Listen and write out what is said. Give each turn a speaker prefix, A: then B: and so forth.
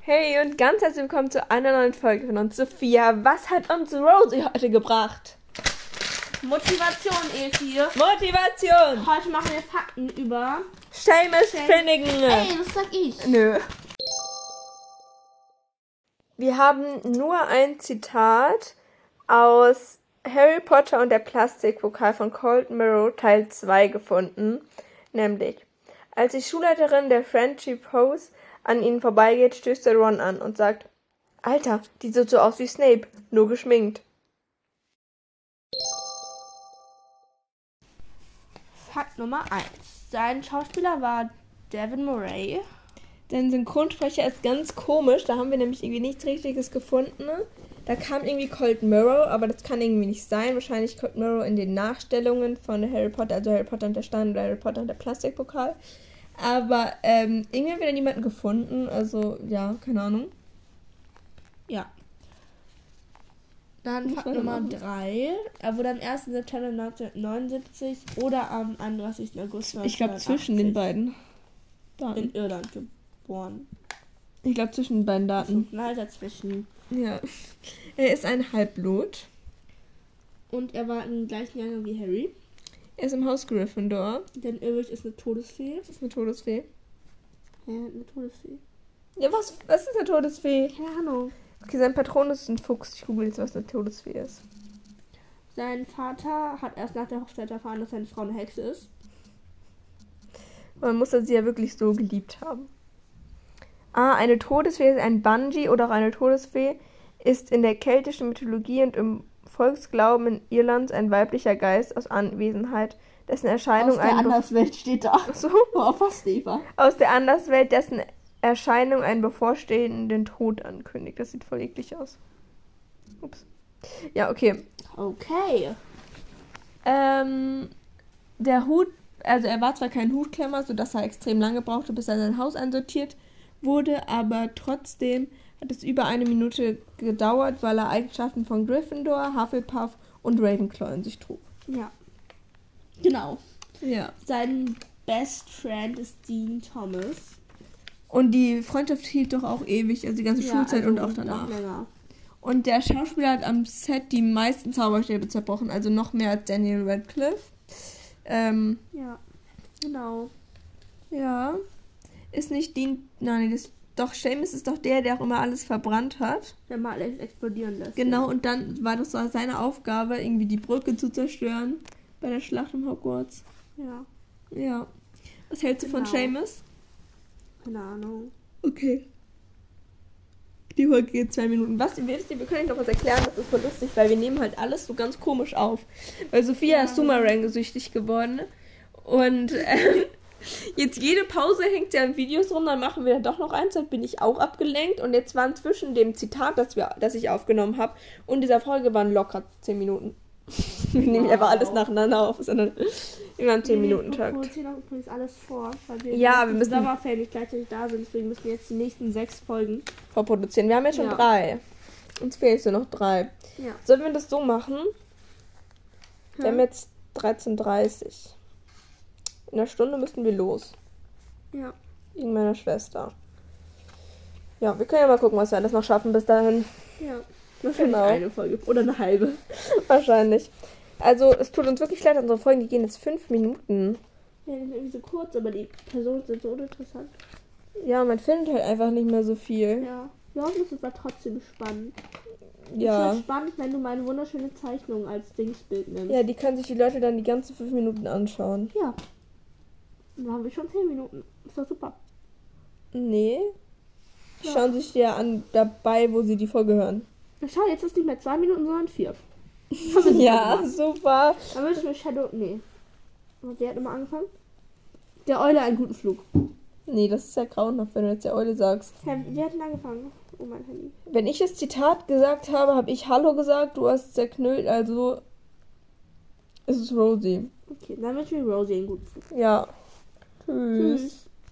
A: Hey und ganz herzlich willkommen zu einer neuen Folge von uns. Sophia, was hat uns Rosie heute gebracht?
B: Motivation, Efi.
A: Motivation!
B: Heute machen wir Fakten über.
A: Seamus
B: Shame-
A: Finnegan!
B: Ey, das sag ich.
A: Nö. Wir haben nur ein Zitat aus Harry Potter und der Plastikvokal von Cold Mirror Teil 2 gefunden. Nämlich, als die Schulleiterin der Friendship House an ihnen vorbeigeht, stößt er Ron an und sagt, Alter, die sieht so aus wie Snape, nur geschminkt.
B: Fakt Nummer 1. Sein Schauspieler war Devin Murray.
A: Dein Synchronsprecher ist ganz komisch. Da haben wir nämlich irgendwie nichts Richtiges gefunden. Da kam irgendwie Cold Mirror, aber das kann irgendwie nicht sein. Wahrscheinlich Cold Mirror in den Nachstellungen von Harry Potter, also Harry Potter und der Stein oder Harry Potter und der Plastikpokal. Aber ähm, irgendwie haben wir da niemanden gefunden. Also ja, keine Ahnung.
B: Ja. Dann
A: Muss
B: Fakt
A: man
B: Nummer
A: machen.
B: 3. Er wurde am 1. September 1979 oder am 31. August 1980
A: Ich glaube zwischen den beiden. Daten.
B: in Irland geboren.
A: Ich glaube zwischen den beiden Daten.
B: Nein, dazwischen.
A: Ja. Er ist ein Halbblut.
B: Und er war im gleichen Jahrgang wie Harry.
A: Er ist im Haus Gryffindor.
B: Denn Irwig ist eine Todesfee.
A: Das ist eine Todesfee.
B: Hä, eine Todesfee?
A: Ja, was, was ist eine Todesfee?
B: Keine Ahnung.
A: Okay, sein Patron ist ein Fuchs. Ich google jetzt, was eine Todesfee ist.
B: Sein Vater hat erst nach der Hochzeit erfahren, dass seine Frau eine Hexe ist.
A: Man muss sie ja wirklich so geliebt haben. Ah, eine Todesfee ist ein Bungee oder auch eine Todesfee ist in der keltischen Mythologie und im Volksglauben in Irlands ein weiblicher Geist aus Anwesenheit, dessen Erscheinung einen Be-
B: Anderswelt steht da.
A: Ach so,
B: Oh, fast Eva.
A: aus der Anderswelt, dessen Erscheinung einen bevorstehenden Tod ankündigt. Das sieht voll eklig aus. Ups. Ja, okay.
B: Okay.
A: Ähm, der Hut, also er war zwar kein Hutklemmer, sodass er extrem lange brauchte, bis er sein Haus einsortiert wurde, aber trotzdem hat es über eine Minute gedauert, weil er Eigenschaften von Gryffindor, Hufflepuff und Ravenclaw in sich trug.
B: Ja. Genau.
A: Ja.
B: Sein Best Friend ist Dean Thomas.
A: Und die Freundschaft hielt doch auch ewig, also die ganze Schulzeit
B: also
A: und auch danach.
B: länger.
A: Und der Schauspieler hat am Set die meisten Zauberstäbe zerbrochen, also noch mehr als Daniel Radcliffe. Ähm,
B: Ja. Genau.
A: Ja. Ist nicht Dean. Nein, das, doch, Seamus ist doch der, der auch immer alles verbrannt hat.
B: Der mal alles explodieren lässt.
A: Genau, und dann war das so seine Aufgabe, irgendwie die Brücke zu zerstören bei der Schlacht um Hogwarts.
B: Ja.
A: Ja. Was hältst du von
B: Genau.
A: Seamus?
B: Keine Ahnung.
A: Okay. Die Folge geht zwei Minuten. Was? Wir, wisst ihr, wir können euch doch was erklären, das ist voll lustig, weil wir nehmen halt alles so ganz komisch auf. Weil Sophia
B: Ja.
A: ist Sumerang süchtig geworden. Und ähm, jetzt jede Pause hängt sie an Videos rum, dann machen wir doch noch eins, dann bin ich auch abgelenkt. Und jetzt waren zwischen dem Zitat, das, wir, das ich aufgenommen habe, und dieser Folge waren locker zehn Minuten. wir nehmen
B: Wow.
A: einfach alles nacheinander auf, sondern immer im zehn
B: Wir
A: minuten takt
B: produzieren auch übrigens alles vor, weil wir
A: Ja, wir
B: im
A: müssen-
B: Sommerferien nicht gleichzeitig da sind. Deswegen müssen wir jetzt die nächsten sechs Folgen.
A: vorproduzieren. Wir haben jetzt schon
B: Ja.
A: drei. Uns fehlen jetzt nur noch drei.
B: Ja.
A: Sollen wir das so machen? Wir
B: Hm?
A: haben jetzt 13.30 Uhr. In einer Stunde müssen wir los.
B: ja.
A: Wegen meiner Schwester. Ja, wir können ja mal gucken, was wir alles noch schaffen bis dahin.
B: Ja.
A: Genau.
B: Eine Folge oder eine halbe.
A: Wahrscheinlich. Also, es tut uns wirklich leid, unsere Folgen die gehen jetzt fünf Minuten.
B: Ja, die sind irgendwie so kurz, aber die Personen sind so uninteressant.
A: Ja, man findet halt einfach nicht mehr so viel.
B: Ja. Wir hoffen, es war trotzdem spannend. Es
A: Ja.
B: war spannend, wenn du meine wunderschöne Zeichnung als Dingsbild nimmst.
A: Ja, die können sich die Leute dann die ganzen fünf Minuten anschauen.
B: Ja. Dann haben wir schon 10 Minuten. Ist doch super.
A: Nee. Die
B: Ja.
A: schauen sich die ja an dabei, wo sie die Folge hören.
B: Na schau, jetzt ist nicht mehr 2 Minuten, sondern 4.
A: Ja, super.
B: Dann wünschen wir Shadow. Nee. Und Wer hat immer angefangen? Der Eule einen guten Flug.
A: Nee, das ist ja grauenhaft, wenn du jetzt der Eule sagst.
B: Hey, wer hat denn angefangen? Oh mein Handy.
A: Wenn ich das Zitat gesagt habe, habe ich Hallo gesagt, du hast zerknüllt, also ist es Rosie.
B: Okay, dann wünschen wir Rosie einen guten Flug.
A: Ja. Tschüss.
B: Tschüss.